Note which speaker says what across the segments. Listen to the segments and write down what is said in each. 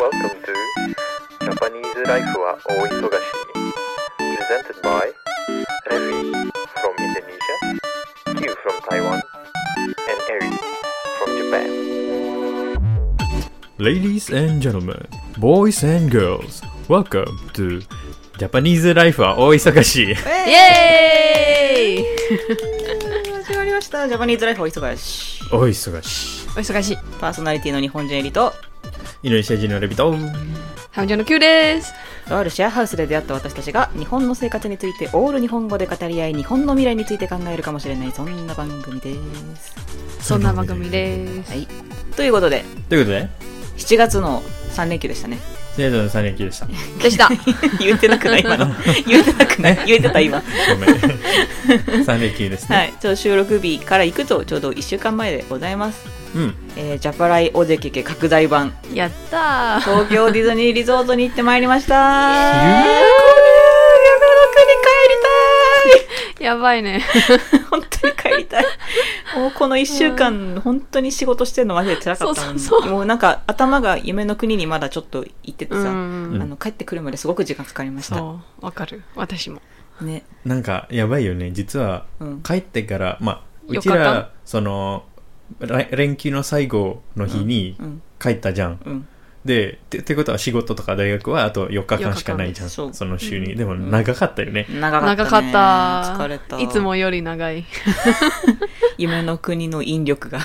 Speaker 1: Welcome to Japanese Life は大忙しに Presented by Revi from Indonesia, Q from Taiwan, and Eri from Japan.
Speaker 2: Ladies and gentlemen, boys and girls, welcome to Japanese Life は大忙し。
Speaker 3: イ
Speaker 4: イ
Speaker 3: エー
Speaker 4: エ
Speaker 3: イ
Speaker 4: ーイ
Speaker 3: 始まりました。ジャパニーズライフお忙しい。
Speaker 2: 大忙し。
Speaker 4: お忙しい。
Speaker 3: パーソナリティの日本人エリと、
Speaker 2: インドネシア人のレビト。
Speaker 4: ハムジョの Q です。
Speaker 3: とあるシェアハウスで出会った私たちが、日本の生活についてオール日本語で語り合い、日本の未来について考えるかもしれない、そんな番組です。
Speaker 4: そんな番組です。
Speaker 3: はい。ということで、
Speaker 2: ということで、
Speaker 3: 7月の3連休でしたね。
Speaker 2: 生徒の3連休でした。
Speaker 4: でした。
Speaker 3: 言ってなくない今の。言ってなくない言えてた今。
Speaker 2: ごめん。3連 休ですね。
Speaker 3: はい。ちょうど収録日から行くと、ちょうど1週間前でございます。
Speaker 2: うん。
Speaker 3: えー、ジャパライオデケケ拡大版、
Speaker 4: やったー。
Speaker 3: 東京ディズニーリゾートに行ってまいりました。
Speaker 2: ー
Speaker 3: 夢の国帰り
Speaker 4: やばいね。
Speaker 3: たい 本当に帰りたい。もうこの一週間、本当に仕事してるのマジで辛かったのに
Speaker 4: そうそうそう
Speaker 3: もうなんか頭が夢の国にまだちょっと行っててさ、
Speaker 4: うん
Speaker 3: あの帰ってくるまですごく時間かかりました。
Speaker 4: そう、わかる。私も。
Speaker 3: ね。
Speaker 2: なんか、やばいよね。実は、
Speaker 3: うん
Speaker 2: 帰ってから、まあ、う
Speaker 4: よ
Speaker 2: ち
Speaker 4: かった
Speaker 2: ら、その、来連休の最後の日に
Speaker 3: うん。
Speaker 2: 帰ったじゃん。
Speaker 3: うん。
Speaker 2: で、てってことは仕事とか大学はあと4日間しかないじゃん。
Speaker 3: 四日間そう
Speaker 2: その週に。
Speaker 4: うん
Speaker 2: でも、長かったよね。
Speaker 3: 長かった、ね。
Speaker 4: 長かった。
Speaker 3: 疲れた。
Speaker 4: いつ。もより長い。
Speaker 3: 夢の国の引力が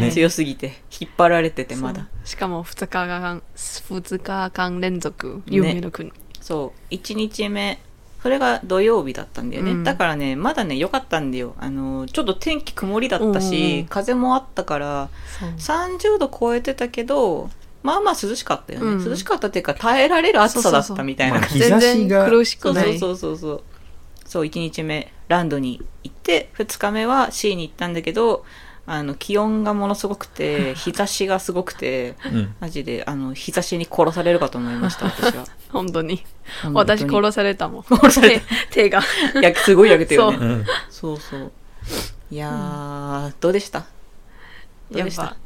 Speaker 2: ね
Speaker 3: 強すぎて、引っ張られててまだ。
Speaker 4: そう。しかも2日間、2日間連続、夢の国。
Speaker 3: そう1日目それが土曜日だったんだよね、
Speaker 4: うん
Speaker 3: だからねまだね良かったんだよあのちょっと天気曇りだった
Speaker 4: うんう
Speaker 3: し
Speaker 4: ん
Speaker 3: 風もあったから
Speaker 4: そう
Speaker 3: 30度超えてたけどまあまあ涼しかったよね、
Speaker 4: うん
Speaker 3: 涼しかったっていうか耐えられる暑さだっ
Speaker 4: そうそう
Speaker 3: た
Speaker 4: そう
Speaker 3: みたいな
Speaker 2: まあ
Speaker 3: 感じ、
Speaker 2: 日差しが
Speaker 4: 全然苦しくない。
Speaker 3: そうそうそうそうそう1日目ランドに行って2日目はシーに行ったんだけどあの気温がものすごく て日差しがすごくて
Speaker 2: うん。
Speaker 3: マジであの日差しに殺されるかと思いました私 は
Speaker 4: 本当に。
Speaker 3: 本当に
Speaker 4: 私殺されたもん。
Speaker 3: 殺された
Speaker 4: 手手が。
Speaker 3: やすごい焼けてるよ
Speaker 2: う
Speaker 3: ね
Speaker 2: ん。
Speaker 3: そうそういやー、どうでしたどう
Speaker 4: や
Speaker 3: で
Speaker 4: っ
Speaker 3: した
Speaker 4: ぱ。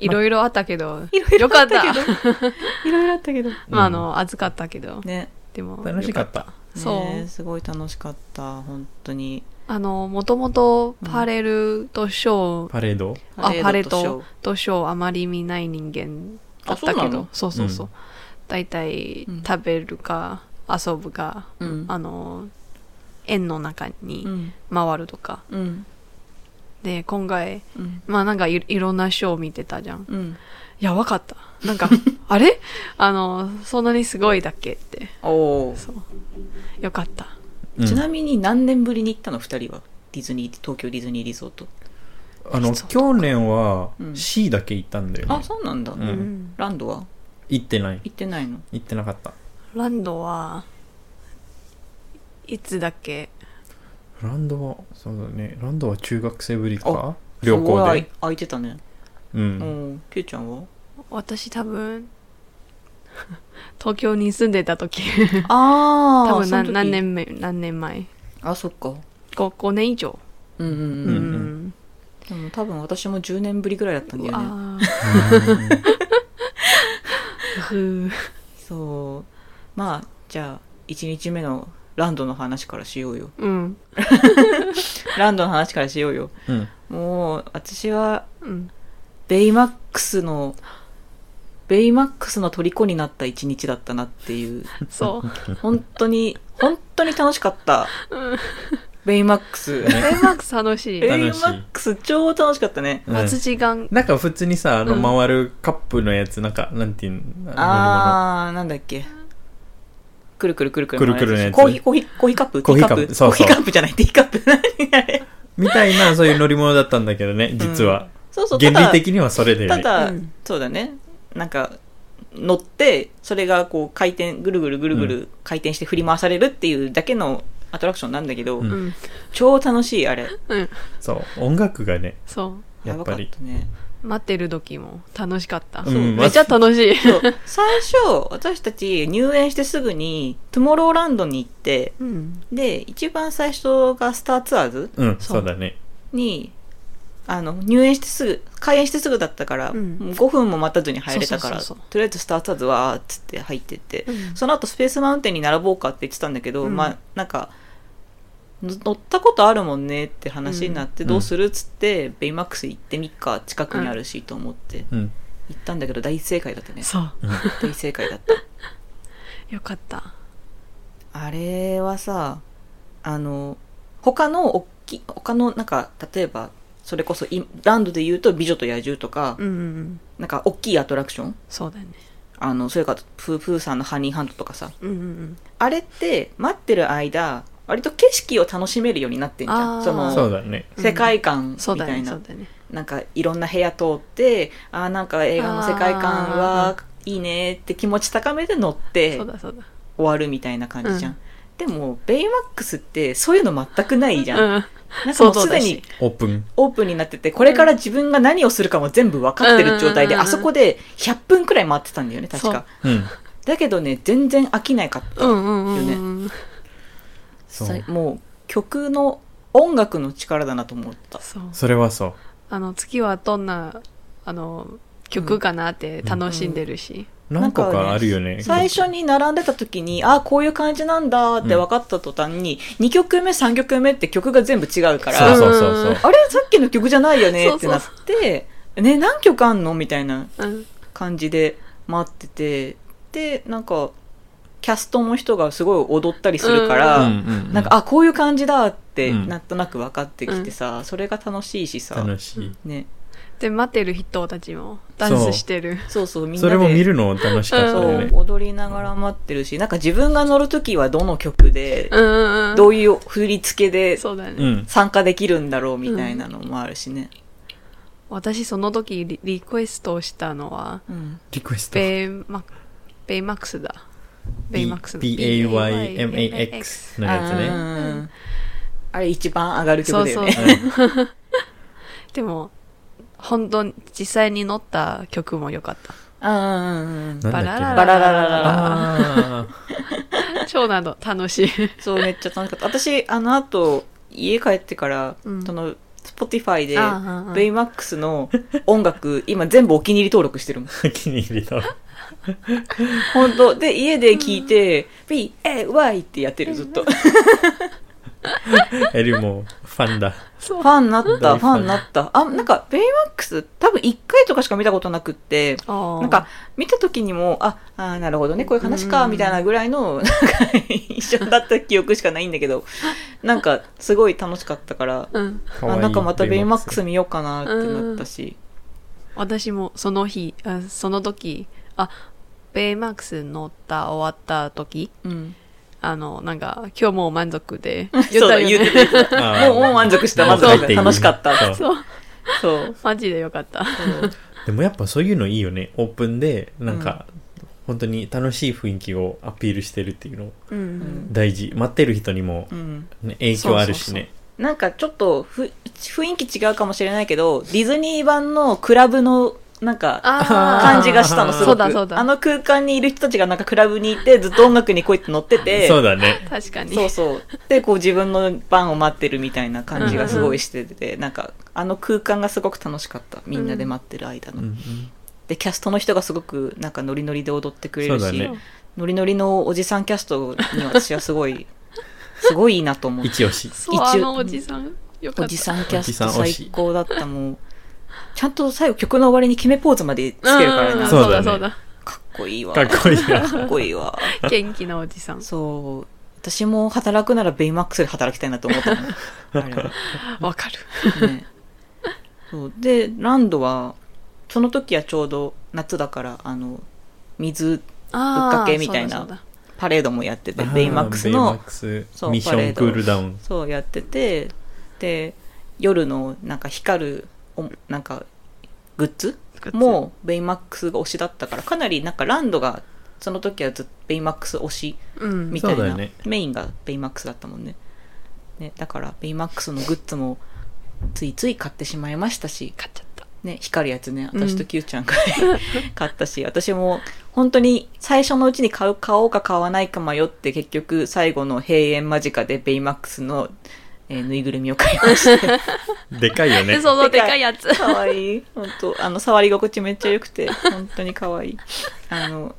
Speaker 4: いろいろあったけど、
Speaker 3: いろいろ
Speaker 4: よかった。
Speaker 3: あったけ いろいろあったけど
Speaker 4: まあ、あの、暑かったけど。
Speaker 3: ね
Speaker 4: でも、
Speaker 2: 楽しかった。
Speaker 4: そう
Speaker 3: ねすごい楽しかった本当に
Speaker 4: あの、もともとパレルとショー、
Speaker 2: パレード
Speaker 4: あ、パレ
Speaker 3: ードショ
Speaker 4: ととショーあまり見ない人間
Speaker 3: あ
Speaker 4: だっ
Speaker 3: そ
Speaker 4: た
Speaker 3: う
Speaker 4: け
Speaker 3: な
Speaker 4: ど
Speaker 3: の、
Speaker 4: そうそうそう
Speaker 2: うん
Speaker 4: 大体
Speaker 3: うん
Speaker 4: 食べるか、遊ぶか、
Speaker 3: うん
Speaker 4: あの、円の中
Speaker 3: ーう
Speaker 4: に
Speaker 3: ん
Speaker 4: 回るとか。
Speaker 3: うん
Speaker 4: で、今回、
Speaker 3: うん
Speaker 4: まあなんかいいろんなショー見てたじゃん。
Speaker 3: うん
Speaker 4: やばかった。な んか、あれあの、そんなにすごいだっけって。
Speaker 3: おー
Speaker 4: そう。よかった。
Speaker 2: うん
Speaker 3: ちなみに何年ぶりに行ったの二人はディズニー東京ディズニーリゾート
Speaker 2: あの
Speaker 4: そう
Speaker 2: 去年は
Speaker 3: うん
Speaker 2: C だけ行ったんだよね、
Speaker 3: あそうなんだ、
Speaker 2: うん
Speaker 4: うん
Speaker 3: ランドは
Speaker 2: 行ってない
Speaker 3: 行ってないの
Speaker 2: 行ってなかった
Speaker 4: ランドはいつだっけ
Speaker 2: ランドはそうだねランドは中学生ぶりか
Speaker 3: あ
Speaker 2: 旅
Speaker 3: そこ
Speaker 2: 行
Speaker 3: は
Speaker 2: で
Speaker 3: 空いてたね
Speaker 2: う
Speaker 3: うんんキューちゃんは
Speaker 4: 私多分 東京に住んでた時
Speaker 3: あー
Speaker 4: 多分
Speaker 3: その
Speaker 4: な
Speaker 3: 時
Speaker 4: 何年目何年前
Speaker 3: あそっか
Speaker 4: 5, 5年以上
Speaker 3: うんうんうん、
Speaker 2: うん
Speaker 3: でも多分私も10年ぶりぐらいだったんだよね
Speaker 4: ああふう
Speaker 3: そうまあじゃあ1日目のランドの話からしようよ
Speaker 4: うん
Speaker 3: ランドの話からしようよ
Speaker 2: うん
Speaker 3: もう私は
Speaker 4: うん
Speaker 3: ベイマックスのベイマックスの虜になった一日だったなっていう
Speaker 4: そ
Speaker 3: 本当に本当に楽しかったベイマックス
Speaker 4: うベイマックス楽しい
Speaker 3: ベイマックス超楽しかったね
Speaker 2: うん
Speaker 4: 待つ時間
Speaker 2: なんか普通にさあの
Speaker 4: うん
Speaker 2: 回るカップのやつなんかなんていうの
Speaker 3: あーなんだっけくるくるくるくる
Speaker 2: くるくるのやつ
Speaker 3: コーヒーコーヒーコーヒーカップ
Speaker 2: コーヒーカップ
Speaker 3: ティ
Speaker 2: そうそう
Speaker 3: コーヒーカップじゃないティーカップ何あれ
Speaker 2: みたいなそういう乗り物だったんだけどね実は、
Speaker 3: そうそうただ
Speaker 2: 原理的にはそれだよ
Speaker 3: た
Speaker 2: ね
Speaker 3: だ、
Speaker 4: うん
Speaker 3: そうだねなんか乗ってそれがこう回転ぐるぐるぐるぐる回転して振り回されるっていうだけのアトラクションなんだけど、
Speaker 2: うん
Speaker 4: うん
Speaker 3: 超楽しいあれ
Speaker 4: うん
Speaker 2: そう音楽がね
Speaker 4: そ
Speaker 2: やっぱり
Speaker 3: やばかったね
Speaker 4: う待ってる時も楽しかった、
Speaker 2: うん
Speaker 4: めっちゃ楽しい
Speaker 3: そう最初私たち入園してすぐにトゥモローランドに行って
Speaker 4: うん
Speaker 3: で一番最初がスターツアーズ
Speaker 2: うん
Speaker 3: そう
Speaker 2: そうだね
Speaker 3: にあの、入園してすぐ、開園してすぐだったから、
Speaker 4: うん
Speaker 3: もう5分も待たずに入れたから、
Speaker 4: そうそうそうそ
Speaker 3: とりあえずスターツアーズわーっつって入ってって、
Speaker 4: うん
Speaker 3: その後スペースマウンテンに並ぼうかって言ってたんだけど、
Speaker 4: うん
Speaker 3: まあ、なんか、の乗ったことあるもんねって話になって、
Speaker 2: うん
Speaker 3: どうするっつって、ベイマックス行ってみっか、近くにあるしと思って、
Speaker 2: うん。
Speaker 3: 行ったんだけど大正解だったね。
Speaker 4: そう。
Speaker 3: 大正解だった。
Speaker 4: よかった。
Speaker 3: あれはさ、あの、他の大きい、他のなんか、例えば、それこそい、ランドで言うと美女と野獣とか、
Speaker 4: うんうんうん。
Speaker 3: なんか大きいアトラクション
Speaker 4: そうだよね。
Speaker 3: あの、それからプープーさんのハニーハントとかさ、
Speaker 4: うんうんうん。
Speaker 3: あれって待ってる間、割と景色を楽しめるようになってんじゃ
Speaker 4: あー
Speaker 3: ん。そ
Speaker 2: そ
Speaker 3: の、
Speaker 2: うだね。
Speaker 3: 世界観み
Speaker 4: そうだ
Speaker 3: た
Speaker 4: よ
Speaker 3: い
Speaker 4: ね。そ
Speaker 3: な
Speaker 4: う。だよね。
Speaker 3: なんかいろんな部屋通って、ああ、なんか映画の世界観
Speaker 4: あ
Speaker 3: は、いいねって気持ち高めて乗って、
Speaker 4: そうだそうだ。
Speaker 3: 終わるみたいな感じじゃん。
Speaker 4: うん
Speaker 3: でも、ベイマックスってそういうの全くないじゃん。
Speaker 4: うん。
Speaker 3: なんかもう
Speaker 4: そう
Speaker 3: す
Speaker 4: だ
Speaker 3: で
Speaker 4: し
Speaker 3: に
Speaker 2: オープン。
Speaker 3: オープンになってて、これから自分が何をするかも全部分かってる状態で、
Speaker 4: うんうんうん
Speaker 3: あそこで100分くらい回ってたんだよね、確
Speaker 4: そう
Speaker 3: か。
Speaker 2: うん。
Speaker 3: だけどね、全然飽きないかった。
Speaker 4: うんうんうんうん。
Speaker 2: そう
Speaker 3: さもう曲の音楽の力だなと思った。
Speaker 4: そう。
Speaker 2: それはそう。
Speaker 4: あの、次はどんな、あの、曲かなって楽しんでるし。
Speaker 2: 何個
Speaker 3: なんかね
Speaker 2: かあるよね。
Speaker 3: 最初に並んでた時に、ああ、こういう感じなんだって分かった途端に、2曲目、3曲目って曲が全部違うか
Speaker 2: そ
Speaker 3: ら、
Speaker 2: うそうそうそう。
Speaker 3: あれさっきの曲じゃないよね
Speaker 4: そう
Speaker 3: って
Speaker 4: そう
Speaker 3: なって、ね、何曲あんのみたいな
Speaker 4: うん。
Speaker 3: 感じで待ってて、で、なんか、キャストの人がすごい踊ったりするか
Speaker 2: う
Speaker 3: ら、
Speaker 2: んうん。
Speaker 3: なんか、あ、こういう感じだって、
Speaker 2: うん
Speaker 3: なんとなく分かってきてさ、それが楽しいしさ、
Speaker 2: 楽しい。
Speaker 3: ね、
Speaker 4: で、待ってる人たちもダンスしてる。
Speaker 3: そうそう、みんな
Speaker 2: そ
Speaker 3: で。
Speaker 2: れも見るの楽しかった
Speaker 3: そ
Speaker 2: よ
Speaker 3: う
Speaker 2: ね、。
Speaker 3: 踊りながら待ってるし、なんか自分が乗るときはどの曲で、
Speaker 4: うんうんうん。
Speaker 3: どういう振り付けで
Speaker 4: そうだよね。
Speaker 2: うん。
Speaker 3: 参加できるんだろうみたいなのもあるしね。
Speaker 4: 私その時リリクエストをしたのは、
Speaker 3: うん。
Speaker 2: リクエスト。
Speaker 4: ベイマベイマックスだ。ベイマックスだ。
Speaker 2: B-A-Y-M-A-X のや
Speaker 3: うんあれ一番上がる曲だよね。
Speaker 4: そ
Speaker 2: つね。うん
Speaker 4: でも、本当に実際に乗った曲も良かった。
Speaker 3: うんうんう
Speaker 2: なん
Speaker 3: ん。
Speaker 2: だ
Speaker 4: バ
Speaker 2: っけ
Speaker 4: ララ
Speaker 3: バララララ
Speaker 4: ラ
Speaker 2: あ
Speaker 4: ラ。超なの、楽しい。
Speaker 3: そう、めっちゃ楽しかった。私、あの後、家帰ってから、
Speaker 4: うん
Speaker 3: その、Spotify で、
Speaker 4: ああ
Speaker 3: ベイマックスの音 楽、今全部お気に入り登録してるもん。
Speaker 2: ー 気に入りだ。
Speaker 3: 本当で、家で聞いて、B-A-Y ってやってる、ずっと。フ
Speaker 2: エルもファンだ。
Speaker 3: ァンになった、
Speaker 2: 大
Speaker 3: フ
Speaker 2: ファン
Speaker 3: ァンになった。あ、なんか、ベイマックス、多分1回とかしか見たことなくって、
Speaker 4: あー
Speaker 3: なんか、見た時にも、あ、あーなるほどね、こういう話か、
Speaker 4: うん
Speaker 3: みたいなぐらいの、なんか、一緒だった記憶しかないんだけ ど、なんか、すごい楽しかったから、
Speaker 4: うん。
Speaker 2: かわ
Speaker 3: あ
Speaker 2: いい
Speaker 3: なんかまたベイマックス
Speaker 2: ベ
Speaker 3: 見ようかなってなったし、
Speaker 4: 私もその日、あその時、あ、ベイマックス乗った、終わった時、
Speaker 3: うん。
Speaker 4: あの、なんか、今日もう満足 で、
Speaker 3: そうだ、言
Speaker 4: よ
Speaker 3: ってた言ってた
Speaker 2: あー
Speaker 3: もうもう満足した、
Speaker 2: もう
Speaker 3: 満足し
Speaker 2: 帰って
Speaker 3: た。
Speaker 2: いい
Speaker 3: 楽しかった。
Speaker 2: そう
Speaker 4: そう、
Speaker 3: そう。
Speaker 4: マジでよかった。
Speaker 2: でもやっぱそういうのいいよね。オープンで、なんか、本当に楽しい雰囲気をアピールしてるっていうの
Speaker 4: うん
Speaker 3: ん
Speaker 2: 大事。待ってる人にも
Speaker 3: う、ん。
Speaker 2: ね、影響あるしね。
Speaker 3: なんかちょっとふ雰囲気違うかもしれないけど、ディズニー版のクラブの、なんか、
Speaker 4: あー
Speaker 3: 感じがしたの、すごく。
Speaker 4: そうだそうだ
Speaker 3: あの空間にいる人たちがなんかクラブにいて、ずっと音楽にこうやって乗ってて、
Speaker 2: そうだね。
Speaker 4: 確かに。
Speaker 3: そうそう。で、こう自分の番を待ってるみたいな感じがすごいしてて、なんか、あの空間がすごく楽しかった。みんなで待ってる間
Speaker 2: う
Speaker 3: の。
Speaker 2: んうん
Speaker 3: で、キャストの人がすごく、なんかノリノリで踊ってくれる
Speaker 2: そう
Speaker 3: し、
Speaker 2: だね
Speaker 3: ノリノリのおじさんキャストに私はすごい、 すごいいいなと思って。
Speaker 2: 一押し。
Speaker 4: そう、
Speaker 3: 一応
Speaker 4: あのおじさん、よか
Speaker 3: お
Speaker 4: った
Speaker 3: じ。さんキャス
Speaker 2: お
Speaker 3: ト
Speaker 2: じさん推し
Speaker 3: 最高だった、もう。ちゃんと最後曲の終わりに決めポーズまでつけるから
Speaker 4: うんうんうん
Speaker 3: な。
Speaker 2: そう
Speaker 3: かっ
Speaker 4: そうだ
Speaker 2: そ
Speaker 4: そう
Speaker 2: うだ
Speaker 4: だ。
Speaker 3: こいい わ。
Speaker 2: かっこいいな。
Speaker 3: かっこいいわ。
Speaker 4: 元気なおじさん。
Speaker 3: そう。私も働くならベイマックスで働きたいなと思ったもん。あれは
Speaker 4: わかる。
Speaker 3: ね、そうでランドはその時はちょうど夏だからあの水
Speaker 4: あ
Speaker 3: ぶ
Speaker 4: ー
Speaker 3: っかけみたいな
Speaker 4: そうだそう
Speaker 3: パレードもやってて
Speaker 2: あー
Speaker 3: ベイマックス
Speaker 2: ベイマッ
Speaker 3: の
Speaker 2: クス
Speaker 3: そう
Speaker 2: ミッションクールダウン。
Speaker 3: そうやっててで夜のなんか光るおなんかグッズ
Speaker 4: だグッズ
Speaker 3: もベイマックスが推しだったからかなりなんかランドがその時はずっとベイマックス推し
Speaker 4: うん。
Speaker 3: みたい
Speaker 2: そうだ
Speaker 3: な、
Speaker 2: よね
Speaker 3: メインがベイマックスだったもんねねだからベイマックスのグッズもついつい買ってしまいましたし
Speaker 4: 買っちゃった。
Speaker 3: ね、光るやつね、
Speaker 4: うん
Speaker 3: 私と Q ちゃんが 買ったし、私も本当に最初のうちに買う、買おうか買わないか迷って結局最後の閉園間近でベイマックスのえーぬいぐるみを買いま した
Speaker 2: でかいよ ね
Speaker 4: で。そのでかいやつ。
Speaker 3: かわいい本当あの触り心地めっちゃ良くて本当にかわいいあの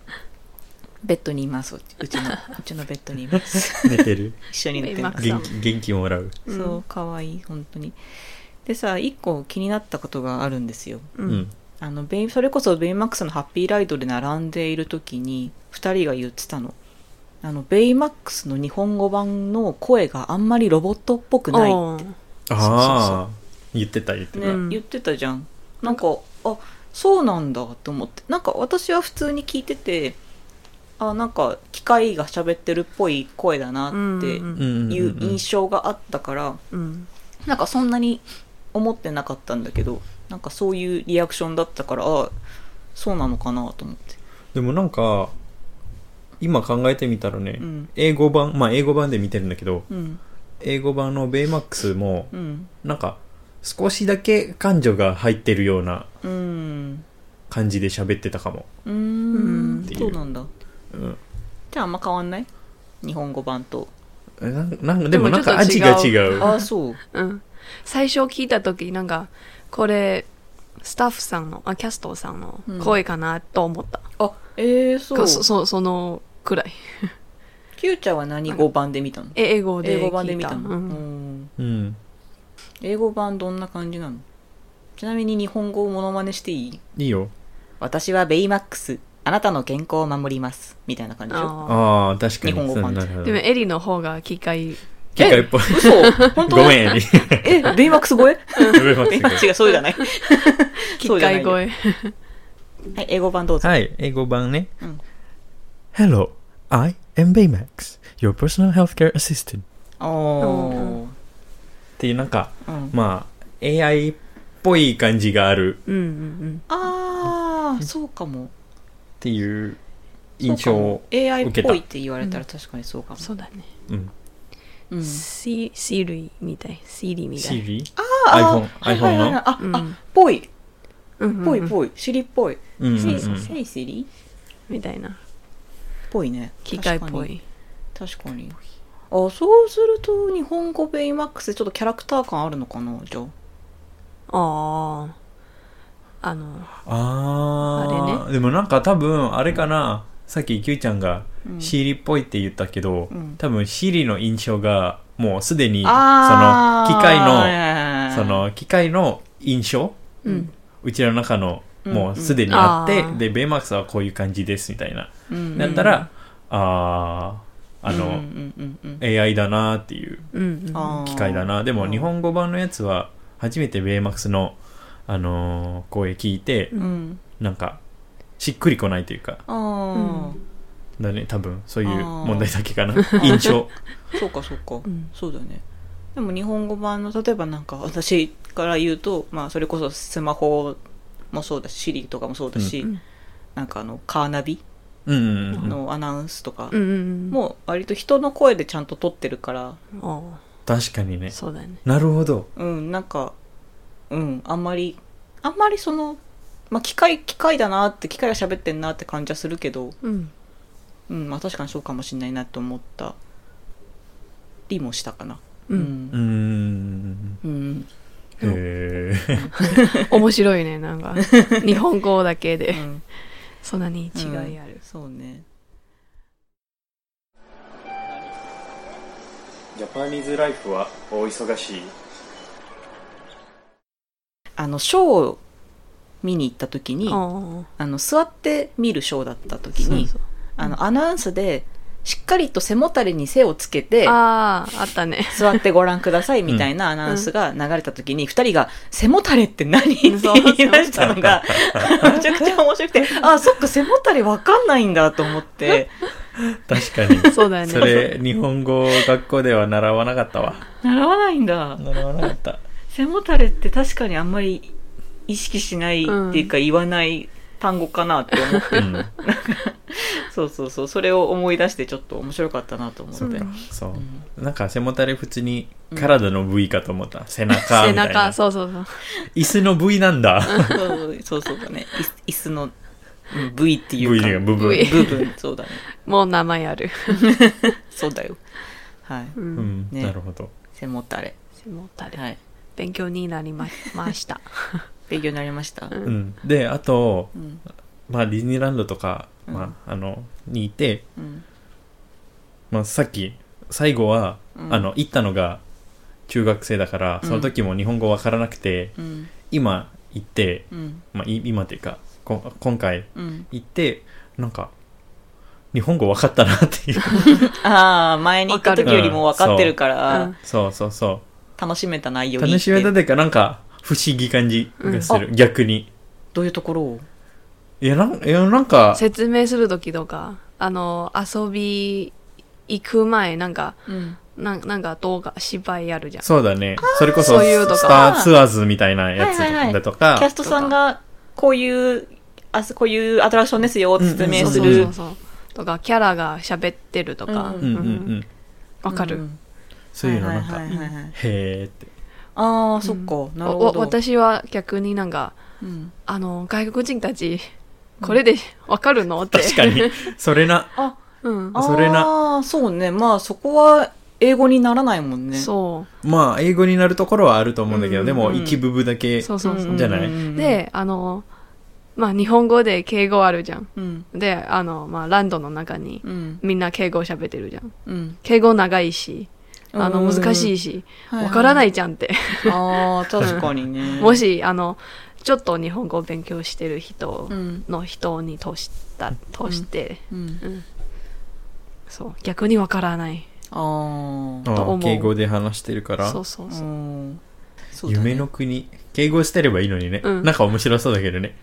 Speaker 3: ベッドにいますうちのうちのベッドにいます
Speaker 2: 寝て る。
Speaker 3: 一緒に寝てます
Speaker 2: 元気元気もらう。
Speaker 4: うん
Speaker 3: そうかわいい本当にでさ一個気になったことがあるんですよ
Speaker 4: う
Speaker 2: うんん。
Speaker 3: あのベイそれこそベイマックスのハッピーライドで並んでいる時に2人が言ってたのあのベイマックスの日本語版の声があんまりロボットっぽくない、ね、
Speaker 4: おー
Speaker 2: ああ、言ってた言ってた。
Speaker 4: うん
Speaker 3: 言ってたじゃんなんかあそうなんだと思ってなんか私は普通に聞いててあなんか機械が喋ってるっぽい声だなってい
Speaker 4: う
Speaker 3: う
Speaker 4: ん
Speaker 2: うんうん
Speaker 3: いう
Speaker 2: うん。
Speaker 3: 印象があったから、
Speaker 4: うん。
Speaker 3: なんかそんなに思ってなかったんだけどなんかそういうリアクションだったからあそうなのかなと思って
Speaker 2: でもなんか、今考えてみたらね、
Speaker 3: うん
Speaker 2: 英語版、まあ英語版で見てるんだけど、
Speaker 3: うん
Speaker 2: 英語版のベイマックスも、
Speaker 3: うん
Speaker 2: なんか、少しだけ感情が入ってるような
Speaker 3: うん
Speaker 2: 感じで喋ってたかも。
Speaker 3: うーん
Speaker 2: っていう
Speaker 3: そうなんだ
Speaker 2: うん。
Speaker 3: じゃああんま変わんない日本語版と
Speaker 2: なんなんかでもな
Speaker 4: でも
Speaker 2: ん
Speaker 4: ちょっ
Speaker 2: か
Speaker 4: と
Speaker 2: 味が違う。
Speaker 3: ああそう
Speaker 4: うん。最初聞いたとき、なんか、これ、スタッフさんの、あ、キャストさんの声かなと思った。
Speaker 3: あえー、そう
Speaker 4: こそそそのくらい。
Speaker 3: キューちゃんは何語版で見たの
Speaker 4: え英語で聞
Speaker 3: 英
Speaker 4: いた。
Speaker 3: 語版で見たの、
Speaker 4: うん
Speaker 3: うん
Speaker 2: うん。
Speaker 3: 英語版どんな感じなのちなみに日本語をモノマネしていい
Speaker 2: いいよ。
Speaker 3: 私はベイマックスあなたの健康を守りますみたいな感じでしょ
Speaker 4: あ
Speaker 2: ああ、確かに。
Speaker 3: 日本語版
Speaker 2: そうなるほ
Speaker 4: ー
Speaker 2: ど
Speaker 4: でも、エリの方が機械、
Speaker 2: 機械っぽい。
Speaker 3: 嘘本当
Speaker 2: ごめん、エリ。
Speaker 3: え、ベイマックス超え
Speaker 2: ベイマック
Speaker 3: ベイ
Speaker 2: ス
Speaker 3: マックスがそうじ ゃない。
Speaker 4: 機
Speaker 3: そうじゃない
Speaker 4: 械
Speaker 3: よは
Speaker 4: 声。
Speaker 3: い、英語版どうぞ。
Speaker 2: はい、英語版ね。
Speaker 3: うん
Speaker 2: Hello, I am Baymax, your personal healthcare assistant.
Speaker 3: おー。
Speaker 2: っていうなんか、
Speaker 3: うん
Speaker 2: まあ、AI っぽい感じがあるっ
Speaker 4: うんうん
Speaker 3: あー、そうかも。
Speaker 2: ていう印象
Speaker 3: そう
Speaker 2: を
Speaker 3: かも AI
Speaker 2: 受け
Speaker 3: ったぽいって言われたら確かにそうか
Speaker 4: うん。
Speaker 3: も。
Speaker 4: そうだね。
Speaker 2: うん。
Speaker 3: うん。
Speaker 4: シシ類みたい。シリみたい。
Speaker 2: Siri?
Speaker 3: あ
Speaker 2: iPhone
Speaker 3: ー、はいはいはいは
Speaker 2: iPhone
Speaker 3: い
Speaker 2: の
Speaker 3: あ
Speaker 4: うん、
Speaker 3: あ、ぽい。
Speaker 4: うんうんうん
Speaker 3: ぽいぽい。シリっぽい。
Speaker 2: うんうん
Speaker 3: セ
Speaker 2: う
Speaker 3: イ
Speaker 2: ん。
Speaker 3: セイシリ
Speaker 4: みたいな。
Speaker 3: ぽいね。
Speaker 4: 機械っぽい。
Speaker 3: 確かに。確かに。あ、そうすると、日本語ベイマックスでちょっとキャラクター感あるのかなじゃあ。
Speaker 4: ああ。あの、
Speaker 2: あ
Speaker 4: あれ
Speaker 2: あ、でもなんか多分、あれかな、さっきキュウちゃんが Siri っぽいって言ったけど
Speaker 3: うん、
Speaker 2: 多分 Siri の印象がもうすでに、その、機
Speaker 3: あ
Speaker 2: 械の、
Speaker 3: ーの
Speaker 2: そ、の機械の印象、
Speaker 4: う
Speaker 2: うんちらの中の
Speaker 3: うん
Speaker 2: もうすでにあって、
Speaker 4: あー
Speaker 2: でベイマックスはこういう感じですみたいな、
Speaker 3: うん
Speaker 2: だったらあーあ
Speaker 3: うんう
Speaker 2: の、
Speaker 3: んうんうんうん
Speaker 2: AI だなっていう
Speaker 4: うんうん。
Speaker 3: あー
Speaker 2: 機械だなでも日本語版のやつは初めてベイマックスの、あのー声聞いて、
Speaker 3: うん
Speaker 2: なんかしっくりこないというか
Speaker 3: あ
Speaker 2: だね多分そういう
Speaker 3: あー
Speaker 2: 問題だけかな印 象
Speaker 3: あそうかそうか
Speaker 4: うん
Speaker 3: そうだよねでも日本語版の例えばなんか私から言うとまあそれこそスマホもそうだしシリとかもそうだし
Speaker 4: うん
Speaker 3: なんかあのカーナビ
Speaker 2: うんうんうん
Speaker 3: のアナウンスとか
Speaker 4: うんうん
Speaker 3: もう割と人の声でちゃんと撮ってるから
Speaker 4: うん。あ
Speaker 2: 確かにね
Speaker 4: あ。そうだね。
Speaker 2: なるほど
Speaker 3: うんなんかうんあんまりあんまりそのまあ機械機械だなって機械が喋ってんなって感じはするけど
Speaker 4: うん。
Speaker 3: うんまあ確かにそうかもしれないなと思ったりもしたかな
Speaker 4: う。
Speaker 3: うんん
Speaker 2: うーん
Speaker 3: うん
Speaker 2: へえ
Speaker 4: 面白いね、なん か。日本語だけ
Speaker 3: う
Speaker 4: で。
Speaker 3: ん
Speaker 4: そんなに違いある。
Speaker 3: そうね
Speaker 2: ジャパニーズライフは大忙しい
Speaker 3: あのショーを見に行った時にあ
Speaker 4: あ
Speaker 3: の座って見るショーだった時
Speaker 4: あ。
Speaker 3: に
Speaker 4: そうそう
Speaker 3: あのアナウンスでしっかりと背もたれに背をつけて
Speaker 4: ああ、あっ たね。
Speaker 3: 座ってご覧くださいみたいなアナウンスが流れた時に、二人が「背もたれって何?」って
Speaker 4: そう
Speaker 3: 言い出したの がめちゃくちゃ面白くてあそっか背もたれわかんないんだと思って
Speaker 2: 確かに
Speaker 4: そうだよね。
Speaker 2: それ日本語学校では習わなかったわ
Speaker 3: 習わないんだ
Speaker 2: 習わなかった
Speaker 3: 背もたれって確かにあんまり意識しないっていうか言わない単語かなって思って、
Speaker 2: うん
Speaker 3: そうそうそうそれを思い出してちょっと面白かったなと思って
Speaker 2: そう
Speaker 3: う
Speaker 2: だよ
Speaker 3: ん
Speaker 2: そう
Speaker 3: うん
Speaker 2: なんか背もたれ普通に体の部位かと思った背中
Speaker 4: 背
Speaker 2: みたいな
Speaker 4: 中、そうそうそう。
Speaker 2: 椅子の部位なんだ
Speaker 3: そうそうそうだね椅子椅子のうん部位ってい
Speaker 2: 部
Speaker 3: う
Speaker 2: 位
Speaker 3: か
Speaker 2: が部
Speaker 4: 部位
Speaker 2: 分
Speaker 3: 部分そうだね
Speaker 4: もう名前ある。。
Speaker 3: そうだよはいう
Speaker 2: うんん
Speaker 3: ね
Speaker 2: なるほど
Speaker 3: 背もたれ。
Speaker 4: 背もたれ、
Speaker 3: はい。
Speaker 4: 勉強になりま ました。
Speaker 3: 勉強になりました。
Speaker 4: うん
Speaker 2: うん、であと、
Speaker 3: うん。
Speaker 2: まあ、ディズニーランドとか、
Speaker 3: うん
Speaker 2: まあ、あのにいて、
Speaker 3: うん。
Speaker 2: まあ、さっき最後は、
Speaker 3: うん
Speaker 2: あの行ったのが中学生だから
Speaker 3: うん
Speaker 2: その時も日本語わからなくて、
Speaker 3: うん。
Speaker 2: 今行って、
Speaker 3: うん。
Speaker 2: まあ、い今というかこ今回
Speaker 3: うん。
Speaker 2: 行ってなんか日本語わかったなっていう
Speaker 3: ああ、前に行った時よりも分かってるか
Speaker 4: う
Speaker 3: ら
Speaker 4: ん、
Speaker 2: そうそうそ
Speaker 3: 楽しめた内
Speaker 2: う
Speaker 3: 容
Speaker 2: 楽しめた
Speaker 3: っ
Speaker 2: と
Speaker 3: て
Speaker 2: いうかなんか不思議感じがする、逆に
Speaker 3: どういうところを
Speaker 2: いやなんいやなんか
Speaker 4: 説明する時とかあの遊び行く前なんか
Speaker 3: うん。
Speaker 4: なんなんか動画芝居やるじゃん
Speaker 2: そうだねそれこそ
Speaker 4: そういうとか
Speaker 2: スターツアーズみたいなやつ
Speaker 3: はいはいはい
Speaker 2: だとか、
Speaker 3: キャストさんが、こういう、あこういうアトラクションですよ、説明
Speaker 4: そう
Speaker 3: す
Speaker 4: そう
Speaker 3: る
Speaker 4: そう。そうとかキャラが喋ってるとか
Speaker 3: うん
Speaker 2: うんうんう
Speaker 4: うん
Speaker 2: ん
Speaker 4: わかる、
Speaker 3: ん
Speaker 2: そういうのなんか、
Speaker 3: はいはいはいはいはい
Speaker 2: へーって
Speaker 3: ああ、そっか。なるほ
Speaker 4: おお
Speaker 3: ど。
Speaker 4: 私は逆になんか
Speaker 3: うん
Speaker 4: あの外国人たちこれでわかるのって
Speaker 2: 確かにそれな
Speaker 3: あ、
Speaker 4: うん
Speaker 3: あー
Speaker 2: それ
Speaker 3: そうね。まあそこは英語にならないもんね。
Speaker 4: そ
Speaker 2: まあ英語になるところはあると思うんだけど、
Speaker 4: うん
Speaker 2: でも
Speaker 3: うん
Speaker 2: 一部分だけ
Speaker 4: うそうそうそう
Speaker 2: じゃない
Speaker 3: で、
Speaker 4: であのまあ日本語で敬語あるじゃん
Speaker 3: うん、
Speaker 4: であのまあランドの中に
Speaker 3: うん、
Speaker 4: みんな敬語喋ってるじゃん
Speaker 3: うん。
Speaker 4: 敬語長いしあの難しい
Speaker 3: し、。
Speaker 4: しわからないいじゃんって
Speaker 3: ああ、確かにね。
Speaker 4: も、し、あの、ちょっと日本語を勉強してる人
Speaker 3: うん、
Speaker 4: の人に通した、通して、
Speaker 3: うん。
Speaker 4: そう、逆にわからない
Speaker 3: あ
Speaker 2: あ
Speaker 4: と思う
Speaker 2: 敬語で話してるから
Speaker 4: そうそう
Speaker 3: あ、
Speaker 4: そうう。
Speaker 3: ん。そうだね
Speaker 2: 夢の国敬語してればいいのにね、
Speaker 4: うん
Speaker 2: なんか面白そうだけどね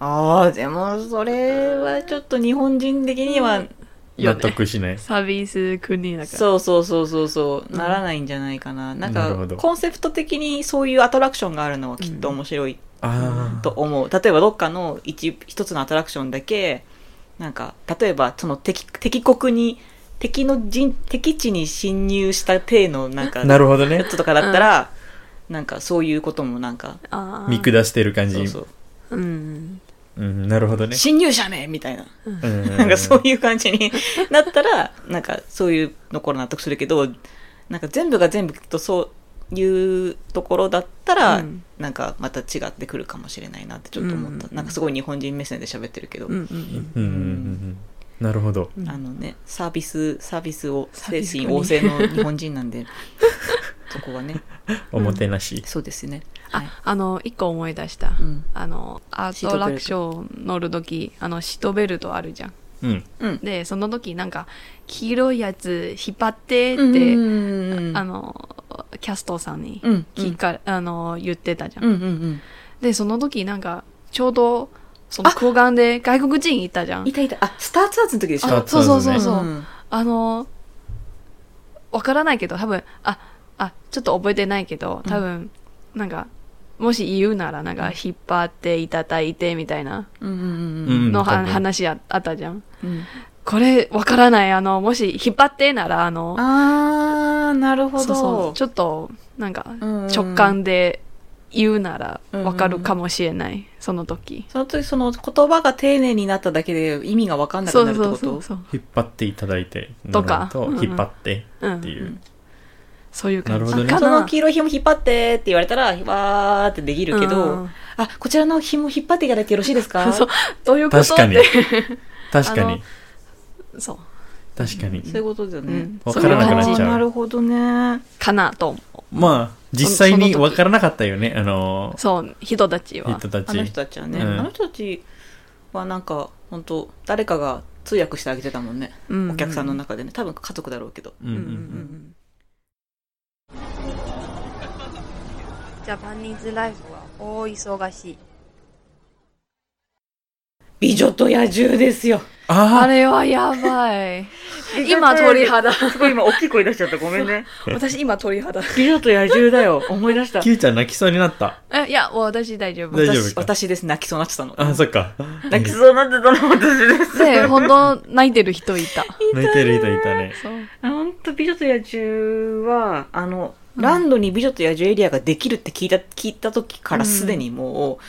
Speaker 3: ああ、でもそれはちょっと日本人的には、
Speaker 4: よ
Speaker 2: 納
Speaker 4: ね
Speaker 2: 得しない
Speaker 4: サービス国だから。
Speaker 3: そうそうそうそうそう、
Speaker 4: うん
Speaker 3: ならないんじゃないかな。なん
Speaker 2: なるほど
Speaker 3: か、コンセプト的にそういうアトラクションがあるのはきっと面白い
Speaker 2: あ
Speaker 3: と思う。例えばどっかの一一つのアトラクションだけ、なんか、例えばその敵、敵国に、敵の人、敵地に侵入した体のなんか、
Speaker 2: あなるほどね
Speaker 3: やつとかだったら、なんかそういうこともなんか、
Speaker 4: あー
Speaker 2: 見下してる感じ
Speaker 3: そうそう、
Speaker 4: うん。
Speaker 2: うん、なるほどね、
Speaker 3: 侵入者名みたいな、
Speaker 2: うん、
Speaker 3: なんかそういう感じになったら、なんかそういうのころ納得するけど、なんか全部が全部とそういうところだったら、
Speaker 4: うん
Speaker 3: なんかまた違ってくるかもしれないなってちょっと思った。
Speaker 4: うん
Speaker 3: なんかすごい日本人目線で喋ってるけど、
Speaker 4: うんうん
Speaker 2: うんうんうんうんなるほど
Speaker 4: うん。
Speaker 3: あのね、サービス、サービスを、
Speaker 4: サー
Speaker 3: 精
Speaker 4: ビス
Speaker 3: 神
Speaker 4: 国
Speaker 3: 旺盛の日本人なんで、 そこはね、
Speaker 2: おもてなし、
Speaker 3: そうですね。はい。
Speaker 4: あ、あの、一個思い出した。
Speaker 3: うん。
Speaker 4: あの、ア
Speaker 3: シート
Speaker 4: ト
Speaker 3: ベルト
Speaker 4: ラクション乗るとき、あの、シートベルトあるじゃん。
Speaker 2: うん、
Speaker 3: うん。
Speaker 4: で、その時なんか、黄色いやつ引っ張ってっ
Speaker 3: うん
Speaker 4: て、
Speaker 3: うんうん
Speaker 4: あの、キャストさんに
Speaker 3: うん
Speaker 4: 聞か、あの、言ってたじゃん。
Speaker 3: うんうんうん。
Speaker 4: で、その時なんか、ちょうど、その空間で外国人いたじゃん
Speaker 3: い。たいた。あ、スターツアーズの時でしょ
Speaker 2: あ
Speaker 4: あそうそうそう
Speaker 2: そ
Speaker 4: そう。
Speaker 3: ん
Speaker 4: あの、わからないけど、多分、あ、あ、ちょっと覚えてないけど、多分、なんか、もし言うなら、なんか、引っ張っていただいて、みたいな、
Speaker 3: うんう
Speaker 2: う
Speaker 3: ん
Speaker 2: ん
Speaker 4: のは、
Speaker 2: 多分
Speaker 4: 話ああったじゃん。
Speaker 3: うん。
Speaker 4: これ、わからない。あの、もし、引っ張ってなら、あの、
Speaker 3: あー、なるほど。
Speaker 4: そうそうちょっとなんか
Speaker 3: うんうん
Speaker 4: 直感で言うなら
Speaker 3: うんうん
Speaker 4: わかるかもしれない、その時
Speaker 3: その時その言葉が丁寧になっただけで意味がわかんなく
Speaker 4: そ
Speaker 3: な
Speaker 4: う
Speaker 3: るって
Speaker 4: そ
Speaker 3: こ
Speaker 4: うそ
Speaker 3: と
Speaker 4: うそう、
Speaker 2: 引っ張っていただいて
Speaker 4: とか
Speaker 2: なるほ
Speaker 4: うん
Speaker 2: ど
Speaker 4: うん
Speaker 2: 引っ張って
Speaker 4: う
Speaker 2: って
Speaker 4: ん、
Speaker 2: いう、
Speaker 4: そういう感じ
Speaker 2: なるほどね
Speaker 4: か
Speaker 3: その黄色い紐引っ張ってって言われたら、わーってできるけど、
Speaker 4: うん
Speaker 3: あ、こちらの紐引っ張っていただいてよろしいですか
Speaker 4: そうどういうこと
Speaker 2: 確かに
Speaker 4: って
Speaker 2: 確かに
Speaker 4: そう、
Speaker 2: 確かに
Speaker 3: そういうことだよ
Speaker 4: う
Speaker 3: ね。
Speaker 4: ん、
Speaker 2: わ
Speaker 4: そ
Speaker 2: か
Speaker 4: ういう
Speaker 2: らなくなっ
Speaker 4: 感
Speaker 2: ちゃう
Speaker 4: じ
Speaker 3: あーなるほどね。
Speaker 4: かなと思う
Speaker 2: まあ実際に分からなかったよねあの
Speaker 4: そう人たちは
Speaker 2: 人た
Speaker 3: あ
Speaker 2: ち
Speaker 3: の人たちはね、
Speaker 2: うん
Speaker 3: あの人たちはなんか、本当誰かが通訳してあげてたもんね。
Speaker 4: うん
Speaker 3: お客さんの中でね。多分家族だろうけど。
Speaker 2: うんうんうん
Speaker 5: ジャパニーズライフは大忙しい。
Speaker 3: 美女と野獣ですよ。
Speaker 4: あ
Speaker 2: あ
Speaker 4: れはやば い今鳥肌
Speaker 3: すごい今大きい声出しちゃった。ごめん ね。
Speaker 4: 私今鳥肌
Speaker 3: 美女と野獣だよ。思い 出した
Speaker 2: あ。キューちゃん泣きそうになった
Speaker 4: えいや私大丈夫
Speaker 2: 大丈夫
Speaker 3: 私、私です。泣きそうになってたの。
Speaker 2: あそっか
Speaker 3: 泣きそうになってたの、私です。
Speaker 4: で本当泣いてる人いた
Speaker 2: 泣いてる人いたね
Speaker 4: そう
Speaker 3: ほんと、美女と野獣は、あの、ランドに美女と野獣エリアができるって聞いた、聞いた時からすでにもう、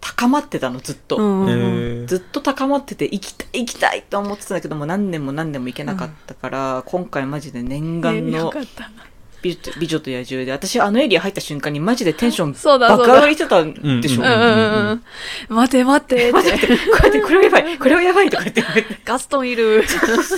Speaker 3: 高まってたの、ずっと。
Speaker 4: うんうん
Speaker 2: え
Speaker 4: うん
Speaker 2: ー
Speaker 3: ずっと高まってて、行きたい、行きたいと思ってたんだけども、何年も何年も行けなかったから、今回マジで念願
Speaker 4: ねよ
Speaker 3: の
Speaker 4: かった
Speaker 3: 美女美女と野獣で、私あのエリア入った瞬間にマジでテンショ ン
Speaker 4: そうだそうだ
Speaker 3: 爆上がりしてたんでしょ。
Speaker 4: うんうんうん。待て待てって。
Speaker 3: 待って待って、こうやってこれはやばい、これはやばいとか 言って、
Speaker 4: ガストン いる。
Speaker 3: す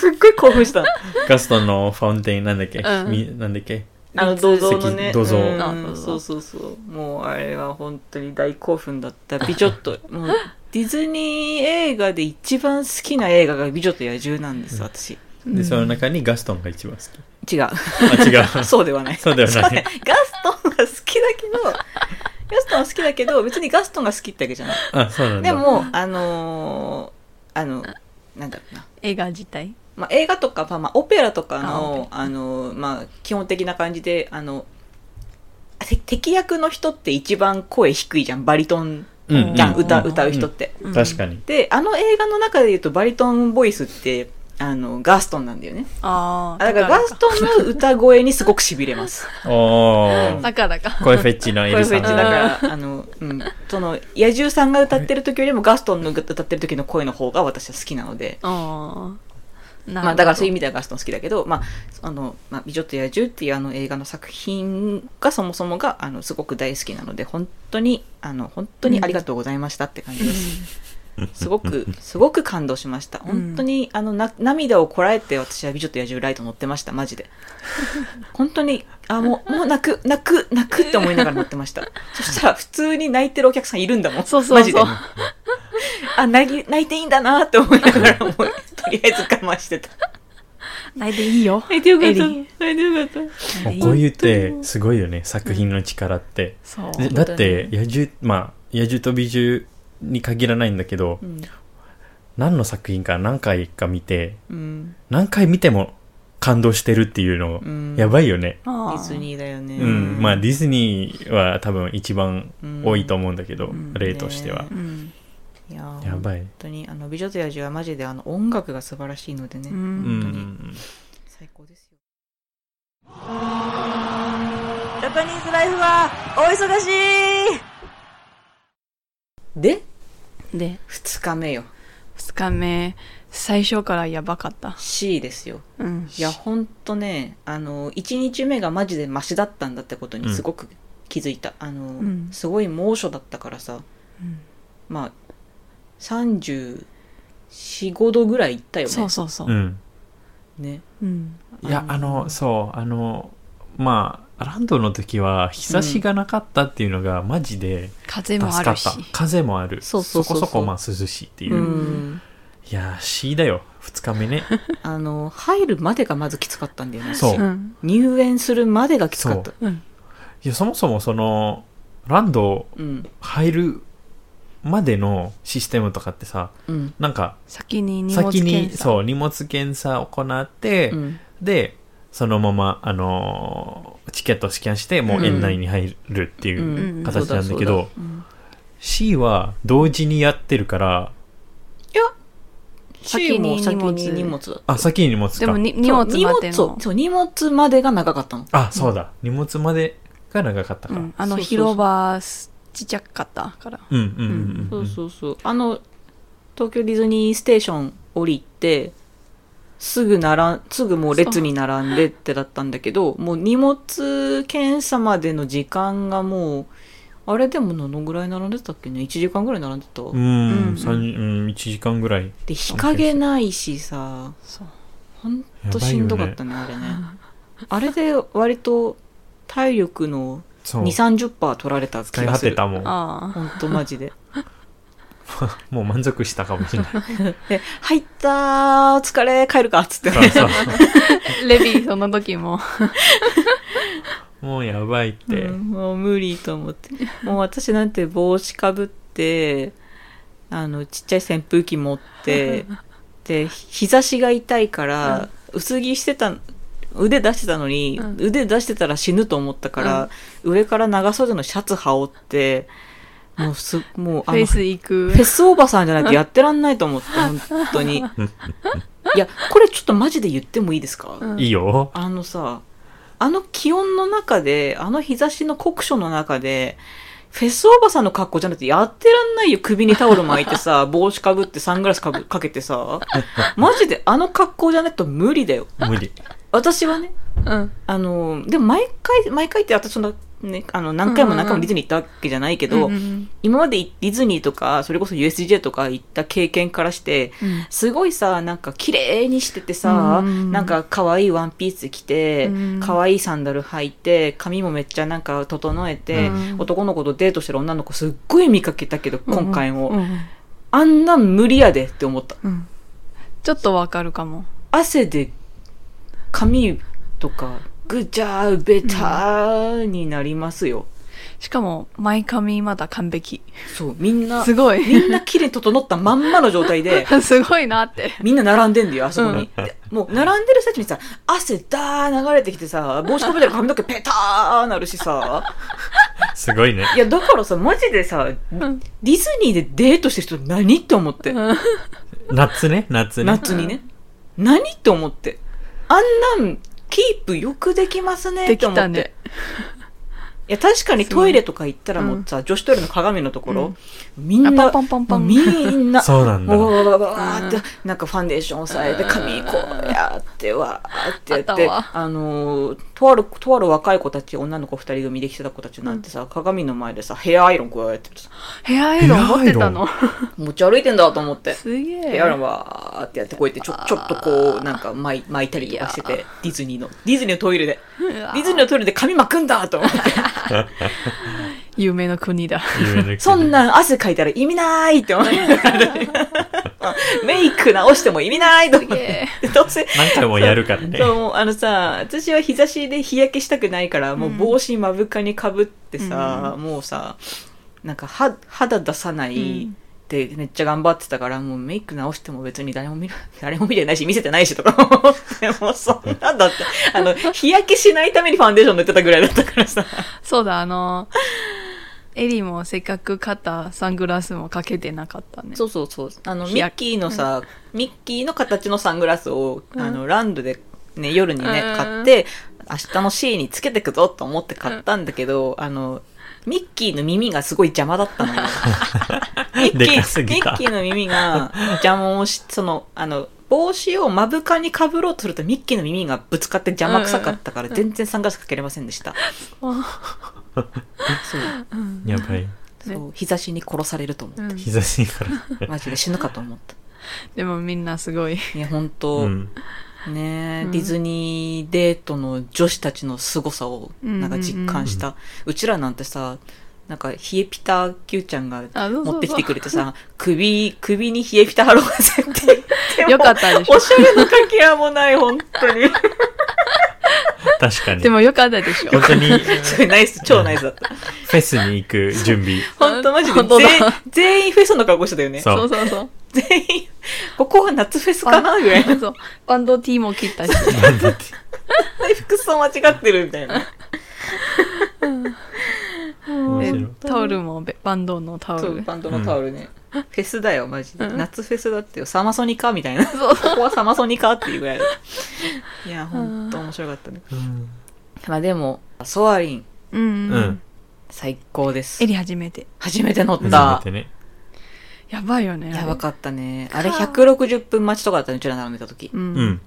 Speaker 3: っごい興奮したの。
Speaker 2: ガストンのファウンテンなんだっけ、
Speaker 4: うん
Speaker 2: みなんだっけ
Speaker 3: あの銅像のね。
Speaker 2: 銅像
Speaker 3: うん
Speaker 4: あ銅像
Speaker 3: そうそうそう。もうあれは本当に大興奮だった。美女と、もうディズニー映画で一番好きな映画が美女と野獣なんです、私。
Speaker 2: で、その中にガストンが一番好き。
Speaker 3: 違う。
Speaker 2: あ、違う。
Speaker 3: そうではない。
Speaker 2: そうではない
Speaker 3: ねガストンが好きだけど、ガストンは好きだけど、別にガストンが好きってわけじゃない。
Speaker 2: あ、そうなんだ。
Speaker 3: でも、あのーあの、なんだろうな。
Speaker 4: 映画自体。
Speaker 3: まあ、映画とか、まあ、オペラとか
Speaker 4: あオ
Speaker 3: の、あのーまあ、基本的な感じで、あの、て敵役の人って一番声低いじゃん。バリトン
Speaker 2: うん、うん、
Speaker 3: じゃん、
Speaker 4: うん
Speaker 3: 歌、歌う人って。
Speaker 4: うん
Speaker 2: 確かに。
Speaker 3: で、あの映画の中で言うと、バリトンボイスって、あの、ガストンなんだよね。
Speaker 4: ああ。
Speaker 3: あだから、ガストンの歌声にすごく痺れます。
Speaker 2: お
Speaker 3: ン
Speaker 2: ー。
Speaker 4: だからか。
Speaker 2: 声フェッチのエ
Speaker 3: こうい
Speaker 2: ル
Speaker 3: うフェ
Speaker 2: さ
Speaker 3: チ
Speaker 2: ん。
Speaker 3: だから、あの、うん、その、野獣さんが歌ってる時よりもガストンの歌ってる時の声の方が私は好きなので、
Speaker 4: ああ。なるほど
Speaker 3: まあだからそういう意味ではガストン好きだけど、まあ、あの、まあ、美女と野獣っていうあの映画の作品がそもそもが、あの、すごく大好きなので、本当に、あの、本当にありがとうございましたって感じです。すごく、すごく感動しました。本当に、あの、な涙をこらえて私は美女と野獣ライト乗ってました、マジで。本当に、あ、もう、もう泣く、泣く、泣くって思いながら乗ってました。そしたら、普通に泣いてるお客さんいるんだもん。
Speaker 4: そうそうそう
Speaker 3: マジで。あ、泣き、泣いていいんだなって思いながら、もう、とりあえず我慢してた。
Speaker 4: 泣いていいよ。
Speaker 3: 泣いてよ
Speaker 4: かった
Speaker 3: 泣いてよかっ
Speaker 2: もうこういうって、すごいよね、作品の力って。
Speaker 4: そう。
Speaker 2: でだって、野獣、まあ、野獣と美獣に限らないんだけど、
Speaker 3: ん
Speaker 2: 何の作品か何回か見て、
Speaker 3: うん。
Speaker 2: 何回見ても感動してるっていうの、
Speaker 3: ん
Speaker 2: やばいよね。
Speaker 4: デ
Speaker 3: デ
Speaker 4: ィ
Speaker 3: ィズニーだよね。
Speaker 2: うん、まあディズニーは多分一番多いと思うんだけど、
Speaker 3: ん
Speaker 2: 例としては
Speaker 3: ね、
Speaker 4: うん。
Speaker 3: いや
Speaker 2: やば
Speaker 3: い。
Speaker 2: い
Speaker 3: 本当に、あの、美女と野獣はマジで、あの、音楽が素晴らしいのでね。
Speaker 4: う
Speaker 2: う
Speaker 4: ん
Speaker 3: 本当に、
Speaker 2: ん
Speaker 3: 最高ですよ。
Speaker 5: ジャパニーズライフは大忙しい
Speaker 3: で、
Speaker 4: で、
Speaker 3: 二日目よ。
Speaker 4: 二日目、最初からやばかった。
Speaker 3: C ですよ。
Speaker 4: うん。
Speaker 3: いや、ほんとね、あの、1日目がマジでマシだったんだってことにすごく気づいた。あの、
Speaker 4: ん
Speaker 3: すごい猛暑だったからさ、まあ、34、5度ぐらいいったよね。
Speaker 4: そうそうそうう。
Speaker 2: ん
Speaker 3: ね。
Speaker 4: うん。
Speaker 2: いやあのそうあのまあランドの時は日差しがなかったっていうのがマジで
Speaker 4: 風
Speaker 2: 助
Speaker 4: もあ
Speaker 2: かっ、。
Speaker 4: るした
Speaker 2: 風もある
Speaker 3: そうそうそうそう
Speaker 2: こそこまあ涼しいっていう、
Speaker 3: う
Speaker 2: い
Speaker 3: ん。
Speaker 2: やー C だよ2日目ね
Speaker 3: あの、入るまでがまずきつかったんだよね。
Speaker 2: そう
Speaker 4: うん。
Speaker 3: 入園するまでがきつかった
Speaker 2: そ。
Speaker 4: うん。
Speaker 2: いやそもそもそのランド
Speaker 3: うん。
Speaker 2: 入るまでのシステムとかってさ
Speaker 3: うん。
Speaker 2: なんか
Speaker 4: 先に荷物
Speaker 2: 先に
Speaker 4: 検査。
Speaker 2: そう荷物検査を行って、
Speaker 3: うん。
Speaker 2: でそのまま、あのーチケットをスキャンしてもう園内に入るっていう、
Speaker 3: うん
Speaker 4: うん
Speaker 2: 形なんだけ
Speaker 3: そう
Speaker 2: ど、C は同時にやってるから
Speaker 4: 先に
Speaker 3: C も
Speaker 4: 荷
Speaker 3: 先
Speaker 4: 物
Speaker 3: に荷物だった。
Speaker 2: あ先に荷物か
Speaker 4: でもに荷物
Speaker 3: そう荷
Speaker 4: 待て
Speaker 3: 物
Speaker 4: の
Speaker 3: を。。そう、荷物までが長かったの。
Speaker 2: あそうだ荷物までが長かった
Speaker 4: う
Speaker 2: から、うん
Speaker 4: ん、あ
Speaker 3: そうそう
Speaker 4: の
Speaker 3: そう
Speaker 4: 広場すちっちゃかったから。
Speaker 2: うんうんう
Speaker 3: そ
Speaker 2: ん
Speaker 3: うそうそう。あの、東京ディズニーステーション降りて、すぐ並ん、すぐもう列に並んでってだったんだけど、もう荷物検査までの時間がもう、あれでもどのぐらい並んでたっけね ?1 時間ぐらい並んでた、
Speaker 2: う
Speaker 4: うん
Speaker 2: ん、
Speaker 4: う
Speaker 2: 三
Speaker 4: ん
Speaker 2: 十うん、1時間ぐらい
Speaker 3: で、日陰ないしさ、
Speaker 4: そう。
Speaker 3: ほんとしんどかったね、あれね。あれで割と体力の
Speaker 2: そう
Speaker 3: 2、30%取られた
Speaker 2: 使
Speaker 3: 気
Speaker 2: い
Speaker 3: が
Speaker 2: 果
Speaker 3: す
Speaker 2: て
Speaker 3: る。
Speaker 2: たもん
Speaker 4: ああ。
Speaker 3: ほんとマジで。
Speaker 2: もう満足したかもしれない
Speaker 3: で、入ったー、お疲れ、帰るか、っつって。
Speaker 2: そうそう
Speaker 4: レビーその 時も。
Speaker 2: もうやばいって、
Speaker 3: うんもう無理と思 って。もう私なんて帽子かぶって、あの、ちっちゃい扇風機持 って、で、日差しが痛いから、薄着してた、腕出してたのに、
Speaker 4: うん
Speaker 3: 腕出してたら死ぬと思ったから、上から長袖のシャツ羽織って、もうす、もう、
Speaker 4: フェイス行く
Speaker 3: フ。ェスおばさんじゃないとやってらんないと思って、本当 に。いや、これちょっとマジで言ってもいいですか、
Speaker 4: うん
Speaker 2: いいよ
Speaker 3: あのさ、あの気温の中で、あの日差しの酷暑の中で、フェスおばさんの格好じゃなくてやってらんないよ。首にタオル巻いて さ、帽子かぶってサングラスかぶかけてさ。マジであの格好じゃないと無理だよ。
Speaker 2: 無理
Speaker 3: 私はね、
Speaker 4: うん。
Speaker 3: あの、でも毎回、毎回って私そんな、ね、あの、何回も何回もディズニー行ったわけじゃないけど、
Speaker 4: うんうん
Speaker 3: 今までディズニーとか、それこそ USJ とか行った経験からして、
Speaker 4: うん
Speaker 3: すごいさ、なんか綺麗にしててさ、
Speaker 4: うん
Speaker 3: なんか可愛いワンピース着て
Speaker 4: うん、
Speaker 3: 可愛いサンダル履いて、髪もめっちゃなんか整えて、
Speaker 4: うん
Speaker 3: 男の子とデートしてる女の子すっごい見かけたけど、今回も。
Speaker 4: うんうん
Speaker 3: あんなん無理やでって思った。
Speaker 4: うんちょっとわかるかも。
Speaker 3: 汗で髪とかぐちゃーべたーになりますよ、
Speaker 4: しかも、前髪まだ完璧。
Speaker 3: そうみんな
Speaker 4: すごい。
Speaker 3: みんな綺麗に整ったまんまの状態 で
Speaker 4: すごいなって。
Speaker 3: みんな並んでんだよあそこに、でもう並んでる人たちにさ汗だー流れてきてさ帽子かぶってる髪の毛ペターなるしさ
Speaker 2: すごいね。
Speaker 3: いやだからさマジでさ
Speaker 4: ん
Speaker 3: ディズニーでデートしてる人何って思って、
Speaker 4: うん
Speaker 2: 夏ね、夏ね。
Speaker 3: 夏にね、何って思ってあんなんキープよくできますね
Speaker 4: で
Speaker 3: って
Speaker 4: き
Speaker 3: 思って
Speaker 4: たね。
Speaker 3: いや、確かにトイレとか行ったらもうさ、女子トイレの鏡のところ、みんな、
Speaker 4: あパンパンパンパン
Speaker 3: もうみんな、
Speaker 2: そうなんだ
Speaker 3: もうわわわわわーって
Speaker 4: うん、
Speaker 3: なんかファンデーション押さえて、髪こうやって、わーってや
Speaker 4: あ
Speaker 3: っ
Speaker 4: った
Speaker 3: て、
Speaker 4: わ
Speaker 3: あのー、とある、とある若い子たち、女の子二人組で来てた子たちなんてさ、鏡の前でさ、ヘアアイロンこうやってさ、
Speaker 4: ヘアアイロン持ってたの。
Speaker 3: 持ち歩いてんだと思って。
Speaker 4: すげえ。
Speaker 3: ヘアアイロンわーってやって、こうやってちょ、ちょっとこう、なんか巻い巻いたりとかしてて、ディズニーの、ディズニーのトイレで、
Speaker 4: う
Speaker 3: デ
Speaker 4: わ
Speaker 3: ィズニーのトイレで髪巻くんだと思って。
Speaker 4: 夢の国だ。
Speaker 2: 夢の国
Speaker 3: そんなん汗かいたら意味ないって思いながらねメイク直しても意味ないと思っ
Speaker 4: すげ
Speaker 3: て
Speaker 4: え。
Speaker 3: どうせ。
Speaker 2: 何回もやるからね。
Speaker 3: そう、もうあのさ、私は日差しで日焼けしたくないから、もう帽子目深にかぶってさ、もうさ、なんかは肌出さないってめっちゃ頑張ってたから、もうメイク直しても別に誰も見る、 誰も見てないし、見せてないしとか 思って、もうそんなんだって、あの、日焼けしないためにファンデーション塗ってたぐらいだったからさ。
Speaker 4: そうだ、あの、エリもせっかく買ったサングラスもかけてなかったね。
Speaker 3: そうそうそう。あの、
Speaker 4: 日
Speaker 3: ミッ
Speaker 4: 焼け
Speaker 3: キーのさ、ミッキーの形のサングラスを、
Speaker 4: うん
Speaker 3: あの、ランドでね、夜にね、
Speaker 4: うん
Speaker 3: 買って、明日のシーンにつけてくぞと思って買ったんだけど、あの、ミッキーの耳がすごい邪魔だったのよ。ミッ
Speaker 2: で
Speaker 3: キ
Speaker 2: か
Speaker 3: ー、
Speaker 2: す
Speaker 3: ミ
Speaker 2: ぎた
Speaker 3: ッキーの耳が邪魔をし、その、あの、帽子を目深に被ろうとするとミッキーの耳がぶつかって邪魔くさかったから全然サングラスかけれませんでした。そう。
Speaker 2: やばい。
Speaker 3: そう日差しに殺されると思う。
Speaker 4: うん
Speaker 2: 日差しから。
Speaker 3: マジで死ぬかと思った。
Speaker 4: でもみんなすごい。
Speaker 3: いや、本当、
Speaker 2: うん。
Speaker 3: ねえ、
Speaker 4: うん
Speaker 3: ディズニーデートの女子たちの凄さをなんか実感した、うちらなんてさなんか冷えピタ Q ちゃんが
Speaker 4: あそうそうそう
Speaker 3: 持ってきてくれてさ首首に冷えピタ貼ろうぜって言っても
Speaker 4: よかったでしょ
Speaker 3: おしゃれのかけらもない本当 に
Speaker 2: 確かに。
Speaker 4: でもよかったでしょ。
Speaker 2: 本当に、
Speaker 3: それナイス超ナイスだった
Speaker 2: フェスに行く準備。
Speaker 3: 本当マジで
Speaker 4: 本当だ
Speaker 3: 全員全員フェスの格好してたよね
Speaker 2: そう
Speaker 4: そうそうそう。
Speaker 3: 全員ここは夏フェスかなぐらいの
Speaker 4: そう。バンド T も切ったし。
Speaker 2: なんだって
Speaker 3: 服装間違ってるみたいな
Speaker 2: 面
Speaker 4: で
Speaker 2: 白い。
Speaker 4: タオルもべバンドのタオ
Speaker 3: そう、
Speaker 4: ル。
Speaker 3: バンドのタオルね。フェスだよ、マジで。
Speaker 4: うん
Speaker 3: 夏フェスだってよ。サマソニかみたいな。こ
Speaker 4: そう
Speaker 3: こはサマソニかっていうぐらいだいや、ほんと面白かったね。
Speaker 2: うん
Speaker 3: まあでも、ソアリン、
Speaker 4: うんう
Speaker 2: うんん。
Speaker 3: 最高です
Speaker 4: エ。リ初めて。
Speaker 3: 初めて乗った
Speaker 2: 初。めてね。
Speaker 4: やばいよね。
Speaker 3: やばかったね。あれ
Speaker 4: か
Speaker 3: 160分待ちとかだったね、うちら並んでた時。
Speaker 4: う。
Speaker 2: うんん。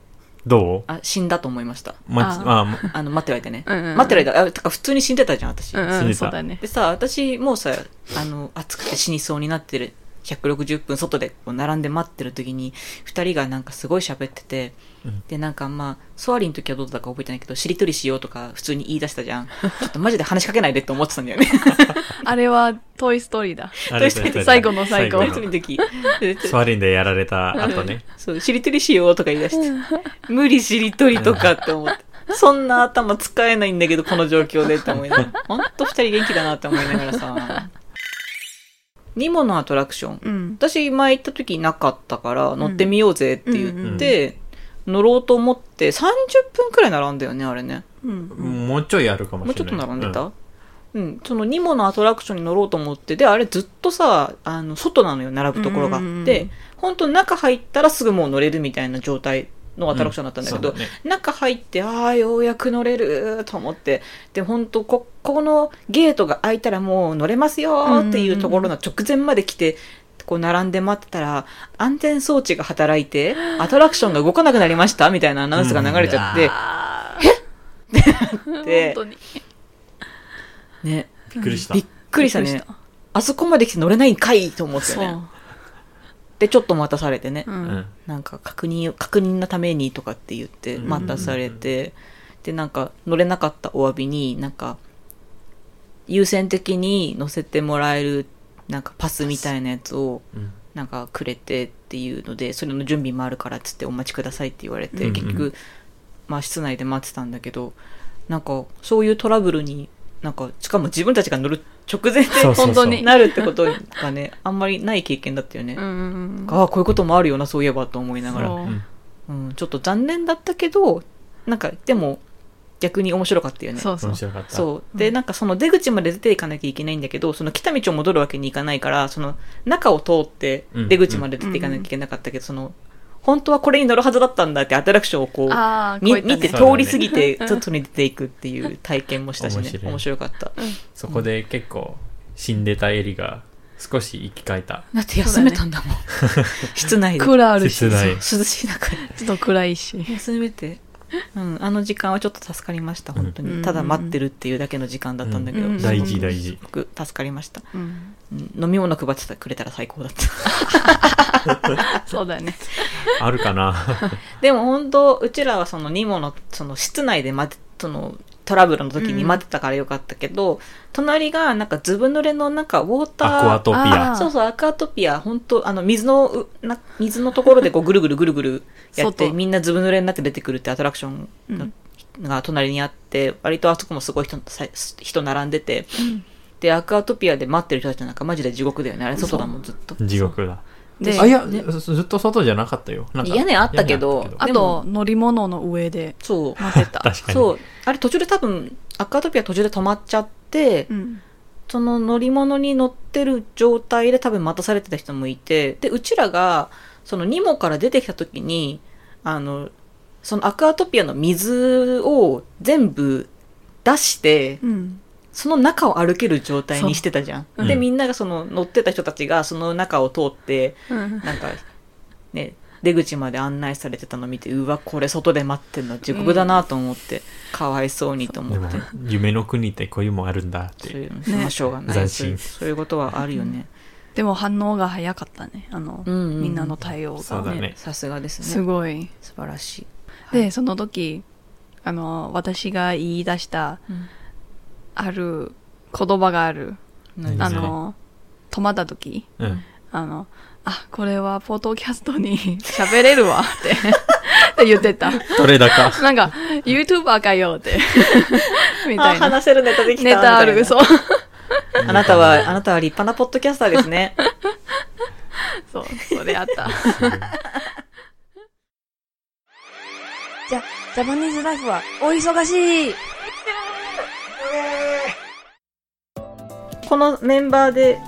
Speaker 2: どう
Speaker 3: あ、死んだと思いました。
Speaker 2: ま
Speaker 4: あ
Speaker 2: ち、まあ、
Speaker 3: あの、待ってる間ね。
Speaker 4: うんうんうん
Speaker 3: 待ってる間、あ、てか普通に死んでたじゃん、私。
Speaker 4: うん
Speaker 2: 死
Speaker 4: うんん。
Speaker 2: でた
Speaker 4: そうだね。
Speaker 3: でさ、私もうさ、あの、暑くて死にそうになってる。160分外でこう並んで待ってる時に、二人がなんかすごい喋ってて、
Speaker 2: うん
Speaker 3: で、なんかまあ、ソアリンの時はどうだったか覚えてないけど、しりとりしようとか普通に言い出したじゃん。ちょっとマジで話しかけないでって思ってたんだよね。
Speaker 4: あれは、トイストーリーだ。
Speaker 2: あれだよ
Speaker 4: 最後の最後
Speaker 3: ソ
Speaker 2: の
Speaker 3: アリンの時。で
Speaker 2: ソワリンでやられた後ね。
Speaker 3: そう、しりとりしようとか言い出して、無理しりとりとかって思って。そんな頭使えないんだけど、この状況でって思いながら。ほんと二人元気だなって思いながら さ。ニモのアトラクション。
Speaker 4: うん。
Speaker 3: 私前行った時なかったから乗ってみようぜって言って、乗ろうと思って30分くらい並んだよねあれね
Speaker 4: うん。
Speaker 2: もうちょいあるかも
Speaker 3: もう
Speaker 2: し
Speaker 3: ち
Speaker 2: れ
Speaker 3: ょっ
Speaker 2: な
Speaker 3: と
Speaker 2: い。
Speaker 3: 並んでたうん、そのニモのアトラクションに乗ろうと思ってであれずっとさあの外なのよ並ぶところがあ
Speaker 4: うんうんう
Speaker 3: っ
Speaker 4: んう
Speaker 3: て
Speaker 4: ん
Speaker 3: 本当中入ったらすぐもう乗れるみたいな状態のアトラクションだったんだけど、
Speaker 2: うんそうだね
Speaker 3: 中入ってああようやく乗れると思ってで本当ここのゲートが開いたらもう乗れますよーっていうところの直前まで来てこう並んで待ってたら安全装 置が働いてアトラクションが動かなくなりましたみたいなアナウンスが流れちゃって、
Speaker 4: あ
Speaker 3: えて
Speaker 4: 本当に。
Speaker 3: ね
Speaker 2: びっくりした
Speaker 3: びっくりした
Speaker 4: びっ
Speaker 3: ね
Speaker 4: くり
Speaker 3: あそこまで来て乗れないんかいと思って
Speaker 4: そ
Speaker 3: ね
Speaker 4: う。
Speaker 3: でちょっと待たされてね、
Speaker 4: うん。
Speaker 2: うん
Speaker 3: なんか確認を確認のためにとかって言って
Speaker 2: うん
Speaker 3: 待たされて、でなんか乗れなかったお詫びになんか優先的に乗せてもらえるなんかパスみたいなやつを
Speaker 2: うん
Speaker 3: なんかくれてっていうのでそれの準備もあるからっつってお待ちくださいって言われて、
Speaker 2: うんうん
Speaker 3: 結局、まあ、室内で待ってたんだけどなんかそういうトラブルになんかしかも自分たちが乗る直前
Speaker 2: そうそうそう
Speaker 4: 本当
Speaker 3: で
Speaker 4: に
Speaker 3: なるってことがねあんまりない経験だったよね。
Speaker 4: うんうんうん。
Speaker 3: ああこういうこともあるよなそういえばと思いながら
Speaker 4: そううん
Speaker 3: う、ん、ちょっと残念だったけどなんかでも逆に面白かったよね
Speaker 4: そうそう
Speaker 2: 面。白かった
Speaker 3: そうで、なんかその出口まで出ていかなきゃいけないんだけどその来た道を戻るわけにいかないからその中を通って
Speaker 2: うん
Speaker 3: 出口まで出ていかなきゃいけなかったけど、その本当はこれに乗るはずだったんだってアトラクションをこう
Speaker 4: ああ、
Speaker 3: み
Speaker 4: こういったね
Speaker 3: 見て
Speaker 2: そうだね
Speaker 3: 通り過ぎて外に出ていくっていう体験もしたしね
Speaker 2: 面白
Speaker 3: 面白
Speaker 2: い
Speaker 3: かった
Speaker 2: そこで結構死んでたエリが少し生き返った
Speaker 3: だって休めたんだ もん室内で
Speaker 4: クーラーあるし、
Speaker 2: 切ない
Speaker 3: 涼しい中で
Speaker 4: ちょっと暗いし。
Speaker 3: 休めて、うん、あの時間はちょっと助かりました本当に、
Speaker 4: うん
Speaker 3: ただ待ってるっていうだけの時間だったんだけど、
Speaker 4: うん
Speaker 3: すごく
Speaker 2: 大事大事
Speaker 3: すごく助かりました、
Speaker 4: うん。
Speaker 3: うん飲み物配ってくれたら最高だった
Speaker 4: そうだよね。
Speaker 2: あるかな
Speaker 3: でも本当うちらはその荷物その室内で待てそのトラブルの時に待ってたからよかったけど、隣がなんかずぶ濡れのなんかウォーター
Speaker 2: アクアトピア
Speaker 4: あー
Speaker 3: そうそうアクアトピア本当あの水のうな水のところ でこうぐるぐるぐるぐるやって
Speaker 4: 外
Speaker 3: みんなずぶ濡れになって出てくるってアトラクションのが隣にあって、割とあそこもすごい人さ人並んでて、でアクアトピアで待ってる人たちなんかマジで地獄だよねあれ外だもんずっと
Speaker 2: 地獄だ
Speaker 4: で
Speaker 2: あいや、
Speaker 3: ね
Speaker 2: ずずっと外じゃなかったよなんか
Speaker 3: 屋根あったけど
Speaker 2: 屋根あっ
Speaker 4: あと、乗り物の上で
Speaker 3: そう
Speaker 4: 待ってた。
Speaker 2: 確かに
Speaker 3: そうあれ途中で多分アクアトピア途中で止まっちゃって、
Speaker 4: うん。
Speaker 3: その乗り物に乗ってる状態で多分待たされてた人もいて、で、うちらが、そのニモから出てきた時に、あの、そのアクアトピアの水を全部出して、
Speaker 4: うん。
Speaker 3: その中を歩ける状態にしてたじゃ。
Speaker 2: そうん
Speaker 3: で、
Speaker 2: うん
Speaker 3: みんながその乗ってた人たちがその中を通って、
Speaker 4: うん
Speaker 3: なんか、ね、出口まで案内されてたの見て、うわ、これ外で待ってんの地獄だなと思って、かわいそうにと思
Speaker 2: で
Speaker 3: っ
Speaker 2: も
Speaker 3: て。
Speaker 2: 夢の国ってこういうもんあるんだっ
Speaker 3: そう
Speaker 2: て
Speaker 3: いう、まあしょうがない、
Speaker 2: 斬新
Speaker 3: そういうそういうことはあるよね。
Speaker 4: でも反応が早かったね。あの、
Speaker 3: うんうんうん
Speaker 4: みんなの対応
Speaker 2: そう
Speaker 4: が。
Speaker 2: だね
Speaker 3: さすがですね。
Speaker 4: すごい。
Speaker 3: 素晴らしい。
Speaker 4: で、その時、あの、私が言い出した、
Speaker 3: うん
Speaker 4: ある言葉がある。
Speaker 2: 何
Speaker 4: あ
Speaker 2: ですか
Speaker 4: の、止まった時、
Speaker 2: うん
Speaker 4: あの、あ、これはポートキャストに 喋れるわって、 って言ってた。
Speaker 2: どれだか
Speaker 4: なんか、YouTuber かよって、 みたいな。
Speaker 3: せるネタで
Speaker 4: ネタある、そう。
Speaker 3: あなたは、あなたは立派なポッドキャスターです ね。
Speaker 4: そう、それあった。
Speaker 5: じゃ、ジャパニーズライフはお忙しい
Speaker 3: このメンバーで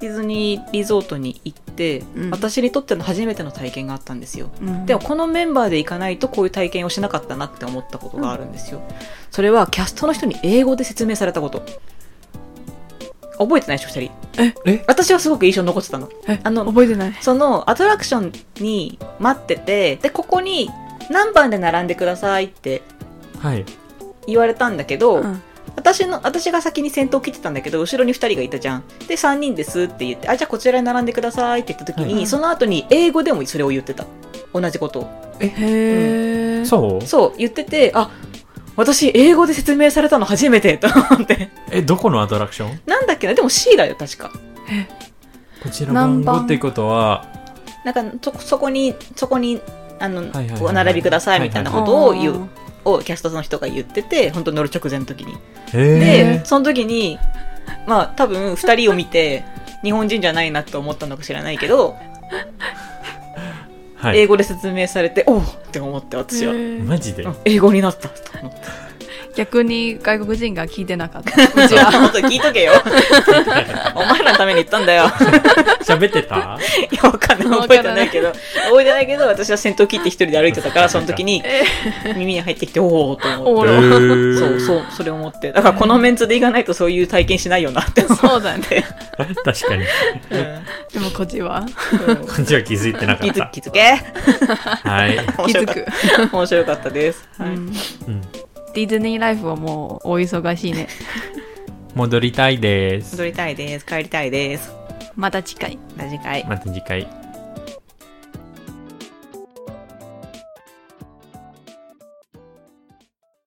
Speaker 3: ディズニーリゾートに行って、
Speaker 4: うん
Speaker 3: 私にとっての初めての体験があったんですよ。
Speaker 4: うん
Speaker 3: でも、このメンバーで行かないとこういう体験をしなかったなって思ったことがあるんですよ。それはキャストの人に英語で説明されたこと。覚えてないでしょ、二人。
Speaker 2: え
Speaker 3: 私はすごく印象に残ってたの。
Speaker 4: え
Speaker 3: あの
Speaker 4: 覚えてない。
Speaker 3: そのアトラクションに待ってて、で、ここに何番で並んでくださいって
Speaker 2: はい
Speaker 3: 言われたんだけど、
Speaker 4: うん
Speaker 3: 私の、私が先に先頭切ってたんだけど、後ろに2人がいたじゃん。で、3人ですって言って、あ、じゃあこちらに並んでくださいって言った時に、
Speaker 4: はい
Speaker 3: その後に英語でもそれを言ってた。同じことを。
Speaker 4: へー。
Speaker 2: そう
Speaker 3: そう、言ってて、あ、私英語で説明されたの初めてと 思って。
Speaker 2: えどこのアトラクション
Speaker 3: なんだっけな、でも C だよ、確か。
Speaker 2: こちら番
Speaker 4: 何番
Speaker 2: 号ってことは
Speaker 3: なんか、そ、そこに、そこに、あの、
Speaker 2: はいはい
Speaker 3: お並びくださいみたいなことを言う、
Speaker 4: あー
Speaker 3: をキャストの人が言ってて、本当乗る直前の時に。
Speaker 2: へ
Speaker 3: で
Speaker 2: え
Speaker 3: その時にまあ多分2人を見て日本人じゃないなと思ったのか知らないけど、
Speaker 2: は
Speaker 3: 英
Speaker 2: い
Speaker 3: 語で説明されておおって思って私は、
Speaker 4: へ
Speaker 3: うん
Speaker 4: ー
Speaker 2: マジで
Speaker 3: 英語になったと思って
Speaker 4: 逆に外国人が聞いてなかった。うちは
Speaker 3: 本当に聞いとけよお前らのために言ったんだよ
Speaker 2: 喋って た
Speaker 3: いやわかんない覚えてないけど覚えてないけど私は先頭切って一人で歩いてたからその時に
Speaker 4: え
Speaker 3: 耳に入ってきておおと
Speaker 4: お
Speaker 3: 思
Speaker 4: も
Speaker 3: って
Speaker 4: ろ。
Speaker 3: そうそうそれ思ってだからこのメンツで行かないとそういう体験しないよなって思
Speaker 4: そうだね
Speaker 3: って、
Speaker 2: 確かに
Speaker 3: うん
Speaker 4: でもこっちは
Speaker 3: うん
Speaker 2: こっちは気づいてなか
Speaker 3: 気
Speaker 2: っ
Speaker 3: づ
Speaker 2: た
Speaker 3: 気づけ
Speaker 2: はい
Speaker 4: 気づく。
Speaker 3: 面白かったです。はい
Speaker 4: うん
Speaker 2: うん
Speaker 3: っ
Speaker 4: ディズニーライフはもうお忙しいね。
Speaker 2: 戻りたいです
Speaker 3: 戻りたいです帰りたいです
Speaker 4: また近い。
Speaker 3: また次回
Speaker 2: また次回